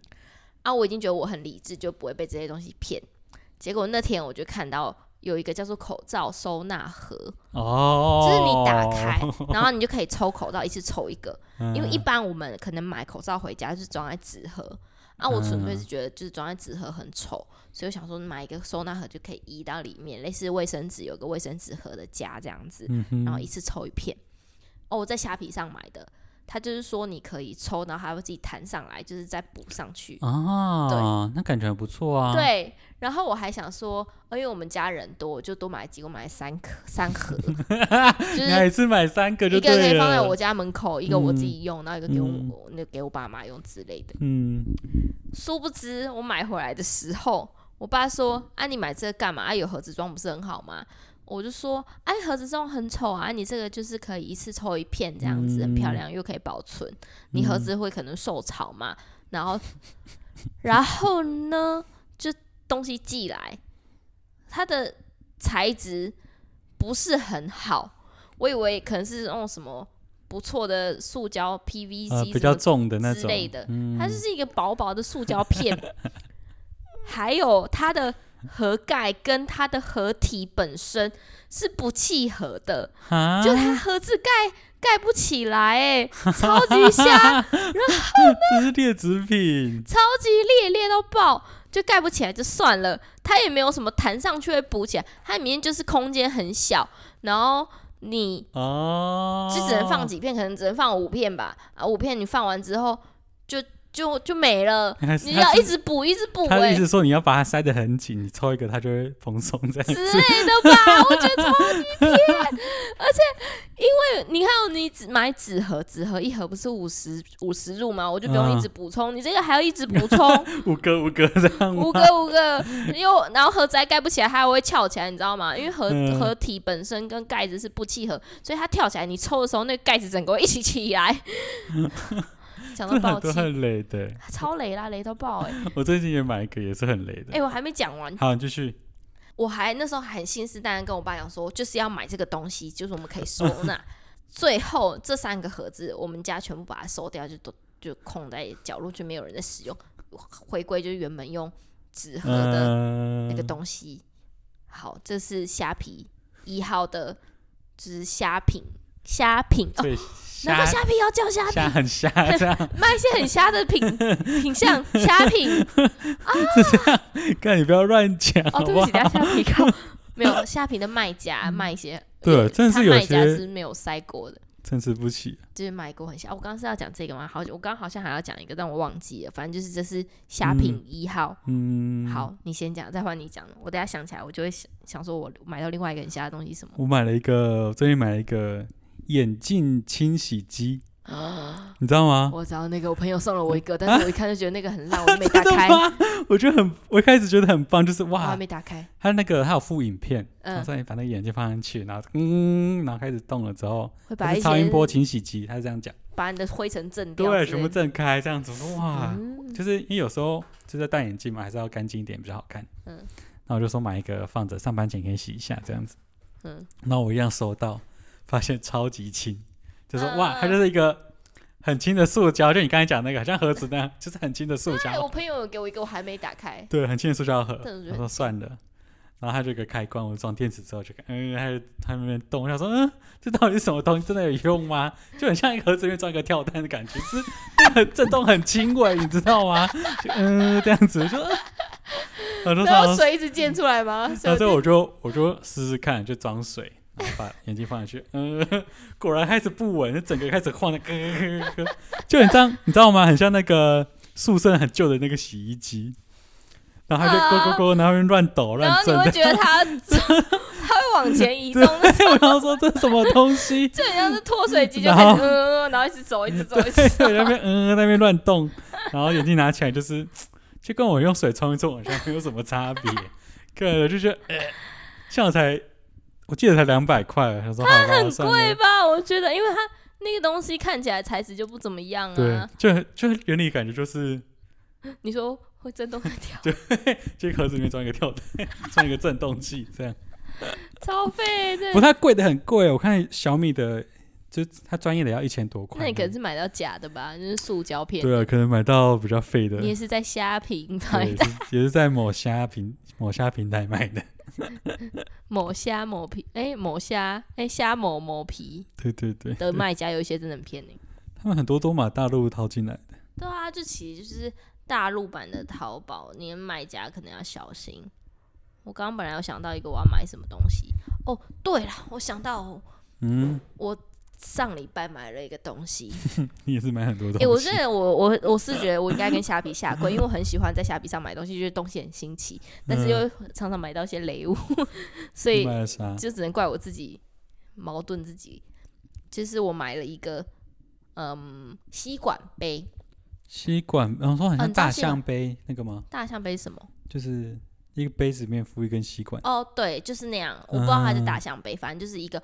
Speaker 1: 啊，我已经觉得我很理智，就不会被这些东西骗。结果那天我就看到有一个叫做口罩收纳盒，
Speaker 2: 哦，
Speaker 1: 就是你打开，然后你就可以抽口罩，一次抽一个。
Speaker 2: 嗯
Speaker 1: 因为一般我们可能买口罩回家就是装在纸盒，啊，我纯粹
Speaker 2: 嗯
Speaker 1: 是觉得就是装在纸盒很丑，所以我想说买一个收纳盒就可以移到里面，类似卫生纸有个卫生纸盒的夹这样子，
Speaker 2: 嗯哼
Speaker 1: 然后一次抽一片。哦，我在虾皮上买的，它就是说你可以抽，然后它会自己弹上来，就是再补上去。
Speaker 2: 啊，那感觉很不错啊，，
Speaker 1: 对，然后我还想说，呃因为我们家人多，我就多买几个，我买了三颗三盒，就是
Speaker 2: 你还是买三个
Speaker 1: 一
Speaker 2: 就
Speaker 1: 个可
Speaker 2: 对
Speaker 1: 以放在
Speaker 2: 了，
Speaker 1: 我家门口，一个我自
Speaker 2: 嗯
Speaker 1: 己用，然后一个给我
Speaker 2: 嗯
Speaker 1: 我那、给我爸妈用之类的。
Speaker 2: 嗯，
Speaker 1: 殊不知我买回来的时候，我爸说：“啊，你买这个干嘛？啊，有盒子装不是很好吗？”我就说：“哎、盒子装很丑啊，你这个就是可以一次抽一片这样子，很漂亮又可以保存。
Speaker 2: 嗯
Speaker 1: 你盒子会可能受潮嘛，然后，然后呢，就东西寄来，它的材质不是很好，我以为可能是那种什么。”不错的塑胶 PVC 什
Speaker 2: 呃
Speaker 1: 么
Speaker 2: 比较重的那
Speaker 1: 之
Speaker 2: 种
Speaker 1: 类的，
Speaker 2: 嗯
Speaker 1: 它就是一个薄薄的塑胶片，还有它的盒盖跟它的盒体本身是不契合的，
Speaker 2: 啊，
Speaker 1: 就它盒子盖盖不起来、欸，超级瞎，
Speaker 2: 这是劣质品，
Speaker 1: 超级裂裂到爆，就盖不起来就算了，它也没有什么弹上去会补起来，它里面就是空间很小，然后你
Speaker 2: 哦，
Speaker 1: 就只能放几片，可能只能放五片吧，啊，五片你放完之后就就就没了。
Speaker 2: 还 是
Speaker 1: 你
Speaker 2: 他
Speaker 1: 要
Speaker 2: 是
Speaker 1: 一直补，一直补、
Speaker 2: 他的
Speaker 1: 欸，
Speaker 2: 意思说你要把它塞得很紧，你抽一个它就会蓬松这 样
Speaker 1: 之
Speaker 2: 子。
Speaker 1: 类的吧，我觉得超级骗。而且因为你看哦，你只买纸盒，纸盒一盒不是五十五十入吗？我就不用一
Speaker 2: 嗯
Speaker 1: 直补充，你这个还要一直 补充，
Speaker 2: 五个五个这样
Speaker 1: 嗯五
Speaker 2: 吗，
Speaker 1: 个五个，又然后盒子还盖不起来，它还会翘起来，你知道吗？因为盒
Speaker 2: 嗯
Speaker 1: 盒体本身跟盖子是不契合，所以它跳起来，你抽的时候那个盖子整个会一起起 来，讲到
Speaker 2: 这
Speaker 1: 爆
Speaker 2: 很多
Speaker 1: 气，啊
Speaker 2: 很累的。
Speaker 1: 超雷啦，雷到爆 哎、欸！
Speaker 2: 我最近也买一个，也是很累的。
Speaker 1: 哎、我还没讲完，
Speaker 2: 好，你继续。
Speaker 1: 我还那时候还很信誓旦旦跟我爸讲说，就是要买这个东西，就是我们可以收纳。 最后这三个盒子，我们家全部把它收掉，就都就空在角落，就没有人在使用，回归就是原本用纸盒的
Speaker 2: 嗯，
Speaker 1: 那个东西。好，这是虾皮一号的，就是虾品虾品 哦，
Speaker 2: 最
Speaker 1: 难怪
Speaker 2: 虾
Speaker 1: 虾皮要叫虾
Speaker 2: 虾
Speaker 1: 品，
Speaker 2: 很虾这样。
Speaker 1: 卖一些很虾 的品品相虾品。
Speaker 2: 看你不要乱讲，
Speaker 1: 哦，
Speaker 2: 好
Speaker 1: 对
Speaker 2: 不
Speaker 1: 不嗯
Speaker 2: 好
Speaker 1: 起，？等下虾皮靠 没有虾皮的卖家卖一些，
Speaker 2: 对
Speaker 1: 呃
Speaker 2: 真的是
Speaker 1: 他
Speaker 2: 有
Speaker 1: 卖家
Speaker 2: 些
Speaker 1: 是没有塞过的，
Speaker 2: 参差不齐。
Speaker 1: 就是卖过很小。啊我刚刚是要讲这个吗？好，我刚刚好像还要讲一个，但我忘记了。反正就是这是虾品一号。
Speaker 2: 嗯，。
Speaker 1: 好，你先讲，再换你讲。我等下想起来，我就会想想说，我买到另外一个很瞎的东西什么。
Speaker 2: 我买了一个，我最近买了一个眼镜清洗机，
Speaker 1: 啊
Speaker 2: 你知道吗？
Speaker 1: 我找到那个，我朋友送了我一个，但是我一看就觉得那个很烂，我就没打
Speaker 2: 真的
Speaker 1: 开，
Speaker 2: 吗？我觉得很，我一开始觉得很棒，就是
Speaker 1: 我还
Speaker 2: 哇，
Speaker 1: 没打开。
Speaker 2: 它那个它有附影片，然
Speaker 1: 嗯
Speaker 2: 后，所以你把那个眼镜放上去，然后嗯，然后开始动了之后，
Speaker 1: 会把
Speaker 2: 它
Speaker 1: 一
Speaker 2: 是超音波
Speaker 1: 些
Speaker 2: 清洗机，它是这样讲，
Speaker 1: 把你的灰尘震掉之类
Speaker 2: 对，
Speaker 1: 的，
Speaker 2: 全部震开，这样子哇，
Speaker 1: 嗯
Speaker 2: 就是因为有时候就是戴眼镜嘛，还是要干净一点比较好看。
Speaker 1: 嗯
Speaker 2: 嗯，那我就说买一个放着，上班前可以洗一下这样子。
Speaker 1: 嗯
Speaker 2: 那我一样收到，发现超级轻，就说、
Speaker 1: 嗯
Speaker 2: 哇，它就是一个很轻的塑胶，就你刚才讲那个，像盒子那样，就是很轻的塑
Speaker 1: 哎，我
Speaker 2: 胶，
Speaker 1: 朋友有给我一个，我还没打开。
Speaker 2: 对，很轻的塑胶盒。
Speaker 1: 真的是
Speaker 2: 我
Speaker 1: 很
Speaker 2: 说算了。然后它这个开关，我装电池之后就看，嗯，它就它那边动，我想说，嗯，这到底是什么东西？真的有用吗？就很像一个盒子里面装一个跳蛋的感觉，是那个震动很轻微，你知道吗？就嗯，这样子，我就，呃我就
Speaker 1: 然后
Speaker 2: 说，
Speaker 1: 水一直溅出来吗？
Speaker 2: 那
Speaker 1: 水
Speaker 2: 最后我就我就试试看，就装水，然后把眼睛放进去， 嗯，果然开始不稳，就整个开始晃的，咯咯咯咯咯就很像， 你知道吗？很像那个宿舍很旧的那个洗衣机，然后它就
Speaker 1: 啊
Speaker 2: 咯咯咯，然后乱抖
Speaker 1: 然
Speaker 2: 乱
Speaker 1: 后你
Speaker 2: 震
Speaker 1: 会
Speaker 2: 的，
Speaker 1: 觉得它它会往前移动，那
Speaker 2: 对，我要说这是什么东西？
Speaker 1: 就很像是脱水机，就
Speaker 2: 然
Speaker 1: 开
Speaker 2: 后
Speaker 1: 始呃，然后一直走，一直 走，一直
Speaker 2: 对，
Speaker 1: 走。
Speaker 2: 在那边嗯，在那边乱动，然后眼镜拿起来就是，就跟我用水冲一冲好像没有什么差别。对，我就觉得，呃、像我才，我记得才两百块，他说好吧，很
Speaker 1: 对吧？我觉得，因为它那个东西看起来材质就不怎么样
Speaker 2: 对
Speaker 1: 啊。，
Speaker 2: 就就原理感觉就是，
Speaker 1: 你说会震动的掉，
Speaker 2: 这个盒子里面装一个跳蛋， 装一个震动器，这样。
Speaker 1: 超费
Speaker 2: 不，
Speaker 1: 这。
Speaker 2: 它贵的很贵，哦我看小米的，就它专业的要一千多块。
Speaker 1: 那你可能是买到假的吧？就是塑胶片。
Speaker 2: 对啊，可能买到比较废的，
Speaker 1: 你也是在虾皮
Speaker 2: 对
Speaker 1: 买
Speaker 2: 也
Speaker 1: 的，
Speaker 2: 是也是在某虾平某虾平台买的。
Speaker 1: 某虾某皮，哎，某虾，哎，虾某某皮
Speaker 2: 对对对，
Speaker 1: 的卖家有一些真的很骗你。
Speaker 2: 他们很多都把大陆掏进来的。
Speaker 1: 对啊，这其实就是大陆版的淘宝，你的卖家可能要小心。我刚刚本来有想到一个我要买什么东西，哦，对了，我想到
Speaker 2: 嗯，
Speaker 1: 我上礼拜买了一个东西，
Speaker 2: 你也是买很多
Speaker 1: 诶，
Speaker 2: 东西。
Speaker 1: 我真的我我我是觉得我应该跟虾皮下跪，因为我很喜欢在虾皮上买东西，觉得东西很新奇，但是又常常买到一些雷物， 所
Speaker 2: 你
Speaker 1: 以
Speaker 2: 嗯买了啥？
Speaker 1: 就只能怪我自己矛盾自己。就是我买了一个嗯吸管杯，
Speaker 2: 吸管，然后说很
Speaker 1: 哦你知
Speaker 2: 像
Speaker 1: 道
Speaker 2: 大
Speaker 1: 吸管
Speaker 2: 象杯那个吗？
Speaker 1: 大象杯是什么？
Speaker 2: 就是一个杯子里面附一根吸管。
Speaker 1: 哦，对，就是那样。我不知道它是
Speaker 2: 嗯
Speaker 1: 大象杯，反正就是一个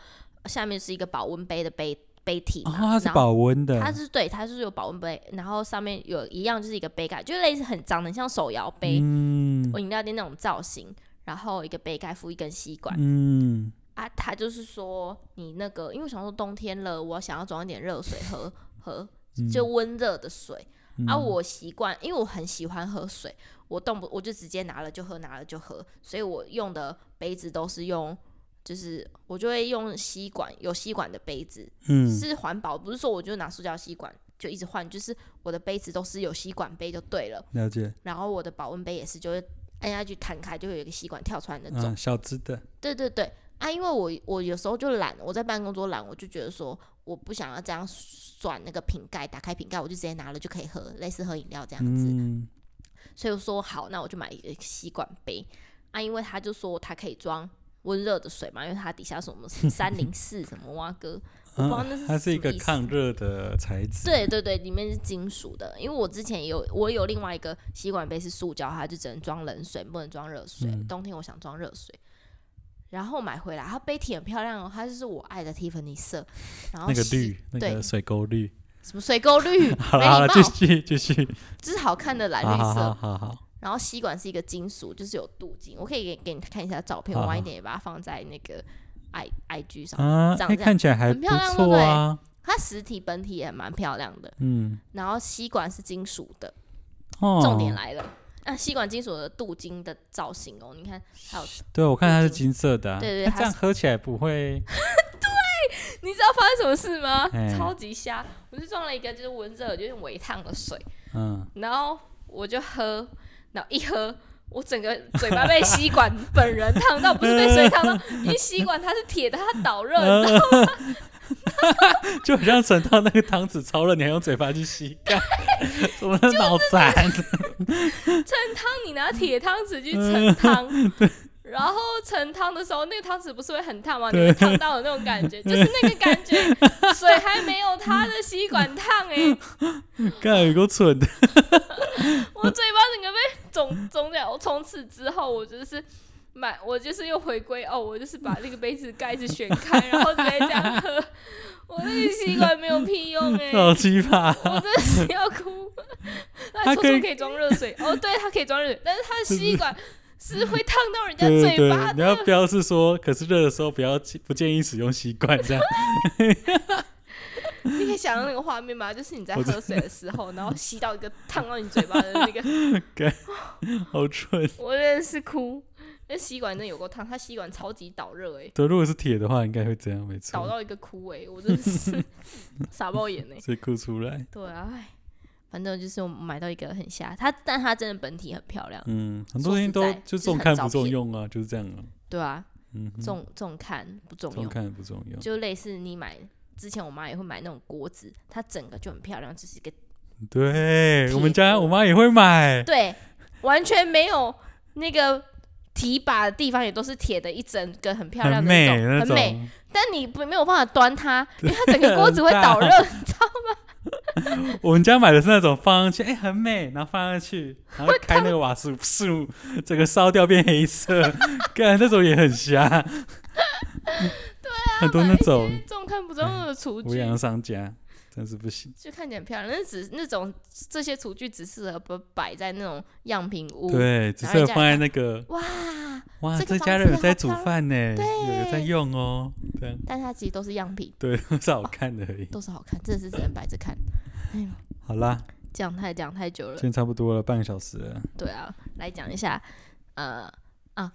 Speaker 1: 下面是一个保温杯的杯杯体
Speaker 2: 哦，
Speaker 1: 嘛。
Speaker 2: 它是
Speaker 1: 然后
Speaker 2: 保温的。
Speaker 1: 它是对，它就是有保温杯，然后上面有一样就是一个杯盖，就类似很长得很像手摇杯，
Speaker 2: 嗯
Speaker 1: 我饮料店那种造型，然后一个杯盖附一根吸管、
Speaker 2: 嗯，
Speaker 1: 啊，他就是说你那个，因为想说冬天了，我想要装一点热水喝喝，
Speaker 2: 嗯
Speaker 1: 就温热的水。啊，我习惯，因为我很喜欢喝水，我动不我就直接拿了就喝，拿了就喝，所以我用的杯子都是用，就是我就会用吸管，有吸管的杯子，
Speaker 2: 嗯，
Speaker 1: 是环保，不是说我就拿塑胶吸管就一直换，就是我的杯子都是有吸管杯就对了，
Speaker 2: 了解，
Speaker 1: 然后我的保温杯也是，就会按下去弹开就会有一个吸管跳出来那种。
Speaker 2: 嗯，小资的，
Speaker 1: 对对对啊，因为我我有时候就懒，我在办公桌懒，我就觉得说我不想要这样转那个瓶盖，打开瓶盖我就直接拿了就可以喝，类似喝饮料这样子。
Speaker 2: 嗯，
Speaker 1: 所以我说好，那我就买一个吸管杯啊，因为他就说他可以装温热的水嘛，因为它底下什 么三零四什么蛙哥，我不知道那是
Speaker 2: 嗯它是一
Speaker 1: 什么
Speaker 2: 个
Speaker 1: 意思
Speaker 2: 抗热的材质，
Speaker 1: 对对对，里面是金属的。因为我之前有我有另外一个吸管杯是塑胶，它就只能装冷水，不能装热水。
Speaker 2: 嗯
Speaker 1: 冬天我想装热水，然后买回来，它杯体很漂亮哦，它就是我爱的 Tiffany 色，然后
Speaker 2: 那个
Speaker 1: 吸
Speaker 2: 绿，那
Speaker 1: 对
Speaker 2: 个水沟绿，
Speaker 1: 什么水沟绿，没礼
Speaker 2: 好了好
Speaker 1: 貌
Speaker 2: 了，，继续 继续，
Speaker 1: 就是好看的蓝
Speaker 2: 好
Speaker 1: 绿
Speaker 2: 好好
Speaker 1: 色。
Speaker 2: 好好，
Speaker 1: 然后吸管是一个金属，就是有镀金，我可以给给你看一下照片，
Speaker 2: 好
Speaker 1: 我晚一
Speaker 2: 好
Speaker 1: 点也把它放在那个 i i g 上。
Speaker 2: 啊，
Speaker 1: 长
Speaker 2: 哎，
Speaker 1: 这样
Speaker 2: 看起来还
Speaker 1: 很
Speaker 2: 不
Speaker 1: 漂亮对不
Speaker 2: 错
Speaker 1: 对
Speaker 2: 啊，
Speaker 1: 它实体本体也蛮漂亮的，
Speaker 2: 嗯，
Speaker 1: 然后吸管是金属的。
Speaker 2: 哦，
Speaker 1: 重点来了，啊，吸管金属的镀金的造型哦，你看，还有，
Speaker 2: 对，我看它是
Speaker 1: 镀
Speaker 2: 金色的啊，
Speaker 1: 对对
Speaker 2: 那
Speaker 1: 它
Speaker 2: 这样
Speaker 1: 是
Speaker 2: 喝起来不会，
Speaker 1: 你知道发生什么事吗？
Speaker 2: 哎
Speaker 1: 超级瞎，我就装了一个就是温热有点微烫的水，
Speaker 2: 嗯，
Speaker 1: 然后我就喝，然后一喝。我整个嘴巴被吸 管本人烫到，不是被水烫到，因为吸管它是铁的，它导 热，你知道吗
Speaker 2: 就很像整套那个汤匙超热，你还用嘴巴去吸，干 怎么脑残？
Speaker 1: 你拿铁汤匙去盛汤，然后盛汤的时候，那个汤匙不是会很烫吗？你会
Speaker 2: 对
Speaker 1: 烫到的那种感觉，就是那个感觉，水还没有它的吸管烫哎、
Speaker 2: 干有够蠢的，
Speaker 1: 我嘴巴整个被肿肿掉。从此之后，我就是买，我就是又回归哦，我就是把那个杯子盖子旋开，然后直接这样喝。我那个吸管没有屁用哎、
Speaker 2: 好奇葩！
Speaker 1: 我真的是要哭。他
Speaker 2: 它
Speaker 1: 说
Speaker 2: 可以
Speaker 1: 说可以装热水，哦，对，它可以装热水，但是它的吸管是会烫到人家
Speaker 2: 对对
Speaker 1: 嘴巴
Speaker 2: 对，
Speaker 1: 的。
Speaker 2: 你要标示说，可是热的时候不要不建议使用吸 管，这样
Speaker 1: 你可以想象那个画面吗？就是你在
Speaker 2: 我知
Speaker 1: 喝水的时候，然后吸到一个烫到你嘴巴的 那个，
Speaker 2: 好蠢。
Speaker 1: 我真的是哭。那吸管真的有够烫，它吸管超级导热哎、
Speaker 2: 对，如果是铁的话，应该会这样，没
Speaker 1: 倒
Speaker 2: 错。
Speaker 1: 到一个哭哎、我真的 是傻爆眼哎、
Speaker 2: 所以哭出来，
Speaker 1: 对啊，唉反正就是我买到一个很瞎，它但它真的本体很漂亮，
Speaker 2: 嗯，很
Speaker 1: 说
Speaker 2: 多东西
Speaker 1: 实
Speaker 2: 都
Speaker 1: 在
Speaker 2: 就
Speaker 1: 就是
Speaker 2: 重
Speaker 1: 很
Speaker 2: 看
Speaker 1: 照
Speaker 2: 不重
Speaker 1: 片
Speaker 2: 用啊，就是这样啊。
Speaker 1: 对啊，
Speaker 2: 嗯哼，
Speaker 1: 重重看不重
Speaker 2: 重
Speaker 1: 用，
Speaker 2: 看不重用，
Speaker 1: 就类似你买之前我妈也会买那种锅子，它整个就很漂亮，就是一个
Speaker 2: 对我们家
Speaker 1: 锅
Speaker 2: 我妈也会买，
Speaker 1: 对完全没有那个提把的地方也都是铁的，一整个很漂
Speaker 2: 很
Speaker 1: 亮的
Speaker 2: 美
Speaker 1: 种，
Speaker 2: 那，
Speaker 1: 很美，但你不没有办法端它，因为它整个锅子会导热
Speaker 2: 我们家买的是那种放上去，哎、很美，然后放 上去，然后开那个瓦斯，噗，整个烧掉变黑色， 干那种也 很瞎。对啊，
Speaker 1: 啊
Speaker 2: 很多那种
Speaker 1: 重看不重用的厨
Speaker 2: 无
Speaker 1: 具。
Speaker 2: 良商家真是不行。
Speaker 1: 就看起来很漂亮，那只那种这些厨具只适合不摆在那种样品屋。
Speaker 2: 对，只
Speaker 1: 然后
Speaker 2: 是
Speaker 1: 人家
Speaker 2: 放在那个
Speaker 1: 哇！
Speaker 2: 哇，
Speaker 1: 这个
Speaker 2: 这家
Speaker 1: 房子
Speaker 2: 人有在煮
Speaker 1: 好漂亮
Speaker 2: 饭呢、
Speaker 1: 对
Speaker 2: 有有在用哦，这样
Speaker 1: 但它其实都是样品，
Speaker 2: 对， 都
Speaker 1: 哦
Speaker 2: 是好看的而已。
Speaker 1: 都是好看，真的是只能摆着看。
Speaker 2: 好啦，
Speaker 1: 讲太讲太久了
Speaker 2: 今，天差不多了，半个小时了。
Speaker 1: 对啊，来讲一下，呃啊，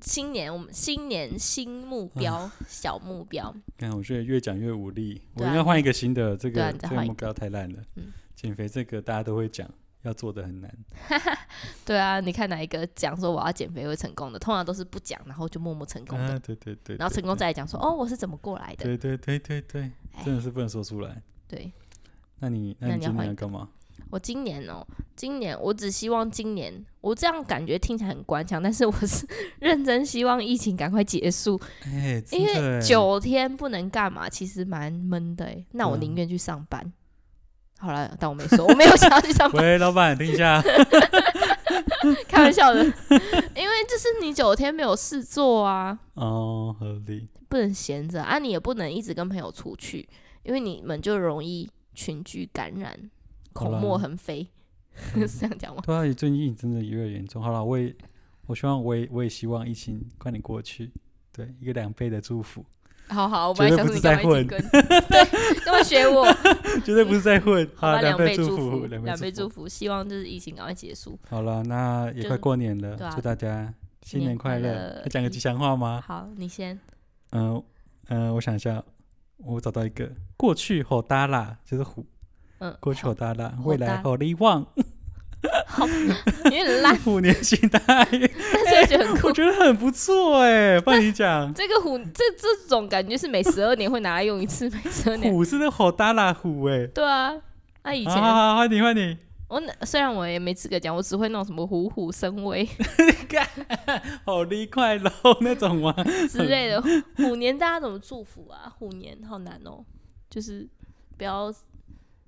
Speaker 1: 新年我们新年新目
Speaker 2: 嗯
Speaker 1: 标、小目标，
Speaker 2: 看，我觉得越讲越无力，我
Speaker 1: 对啊
Speaker 2: 应该换一个新的。这
Speaker 1: 对啊
Speaker 2: 个
Speaker 1: 你再
Speaker 2: 这个
Speaker 1: 换一
Speaker 2: 目标太烂了
Speaker 1: 嗯。
Speaker 2: 减肥这个大家都会讲，要做的很难。
Speaker 1: 对啊，你看哪一个讲说我要减肥会成功的，通常都是不讲，然后就默默成功的，
Speaker 2: 啊，对对对，
Speaker 1: 然后
Speaker 2: 对
Speaker 1: 成功再来讲说哦我是怎么过来的，
Speaker 2: 对对对对对，
Speaker 1: 哎
Speaker 2: 真的是不能说出来。
Speaker 1: 对，
Speaker 2: 那你
Speaker 1: 那
Speaker 2: 那
Speaker 1: 你
Speaker 2: 你
Speaker 1: 要
Speaker 2: 今
Speaker 1: 换
Speaker 2: 年
Speaker 1: 一
Speaker 2: 要
Speaker 1: 个
Speaker 2: 干嘛？
Speaker 1: 我今年哦、今年我只希望今年，我这样感觉听起来很官腔，但是我是 认真希望疫情赶快结束，
Speaker 2: 哎，真
Speaker 1: 因
Speaker 2: 的
Speaker 1: 为
Speaker 2: 哎
Speaker 1: 九天不能干嘛，其实蛮闷的、欸。那我
Speaker 2: 对啊
Speaker 1: 宁愿去上班。好了，但我没说，我没有想要去上班，
Speaker 2: 喂，老板，听一下，
Speaker 1: 开玩笑的。因为就是你九天没有事做啊，
Speaker 2: 哦，合理，
Speaker 1: 不能闲着啊，你也不能一直跟朋友出去，因为你们就容易群聚感染，
Speaker 2: 好
Speaker 1: 口
Speaker 2: 啦
Speaker 1: 沫横飞， 是这样讲吗？
Speaker 2: 对啊，最近疫情真的越来越严重。好了，我也，我希望我也我也希望疫情快点过去。对，一个两倍的祝福，
Speaker 1: 好好，我
Speaker 2: 绝
Speaker 1: 本
Speaker 2: 对
Speaker 1: 来想说
Speaker 2: 不
Speaker 1: 你
Speaker 2: 是在
Speaker 1: 干嘛一起跟，对，干嘛学 我？
Speaker 2: 绝对不是在混。
Speaker 1: 好
Speaker 2: 好，
Speaker 1: 吧，
Speaker 2: 两
Speaker 1: 两
Speaker 2: 倍
Speaker 1: 祝
Speaker 2: 福，
Speaker 1: 两
Speaker 2: 倍
Speaker 1: 倍祝
Speaker 2: 福。
Speaker 1: 福，希望就是疫情赶快结束。
Speaker 2: 好了，那也
Speaker 1: 就
Speaker 2: 快过年了
Speaker 1: 对，啊
Speaker 2: 祝大家新
Speaker 1: 年
Speaker 2: 年
Speaker 1: 快
Speaker 2: 快乐！
Speaker 1: 乐
Speaker 2: 要讲个
Speaker 1: 一
Speaker 2: 吉祥话吗？
Speaker 1: 好，你先，
Speaker 2: 嗯嗯，我想一下，我找到一个，过去吼达啦，就是虎，
Speaker 1: 嗯，
Speaker 2: 过去吼达啦，未
Speaker 1: 吼
Speaker 2: 来
Speaker 1: 哒
Speaker 2: 吼力旺，
Speaker 1: 有点烂，
Speaker 2: 虎年行大运，
Speaker 1: 但是我觉得很酷
Speaker 2: 我。觉得很不错哎，帮你讲。
Speaker 1: 这个虎，这这种感觉是每十二年会拿来用一次，每十二年。
Speaker 2: 虎是那吼达啦虎哎，
Speaker 1: 对啊，那、以
Speaker 2: 好
Speaker 1: 前、
Speaker 2: 好好，换你换你，
Speaker 1: 我哪虽然我也没资格讲，我只会那种什么虎虎生 威
Speaker 2: 好力快乐那种吗？
Speaker 1: 之类的。虎年大家怎么祝福啊？虎年好难哦，就是不要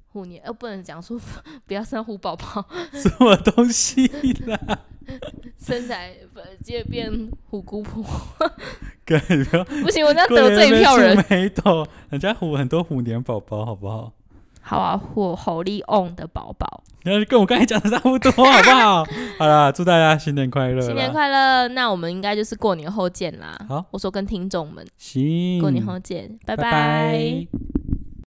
Speaker 1: 虎年，呃，不能讲说不要生虎宝宝，
Speaker 2: 什么东西啦？
Speaker 1: 身材不接着变虎姑婆。
Speaker 2: 干不要
Speaker 1: 不行，我这样
Speaker 2: 过
Speaker 1: 得
Speaker 2: 年
Speaker 1: 罪一
Speaker 2: 被
Speaker 1: 票
Speaker 2: 触
Speaker 1: 人。
Speaker 2: 眉头，人家虎很多虎年宝宝，好不好？
Speaker 1: 好啊，虎吼力 on 的宝宝，
Speaker 2: 然后跟我刚才讲的差不多，好不 好？好啦，祝大家新年快乐！
Speaker 1: 新年！快乐！那我们应该就是过年后见啦。
Speaker 2: 好，
Speaker 1: 我说跟听众们
Speaker 2: 行，
Speaker 1: 过年后见，拜
Speaker 2: 拜
Speaker 1: 拜
Speaker 2: 拜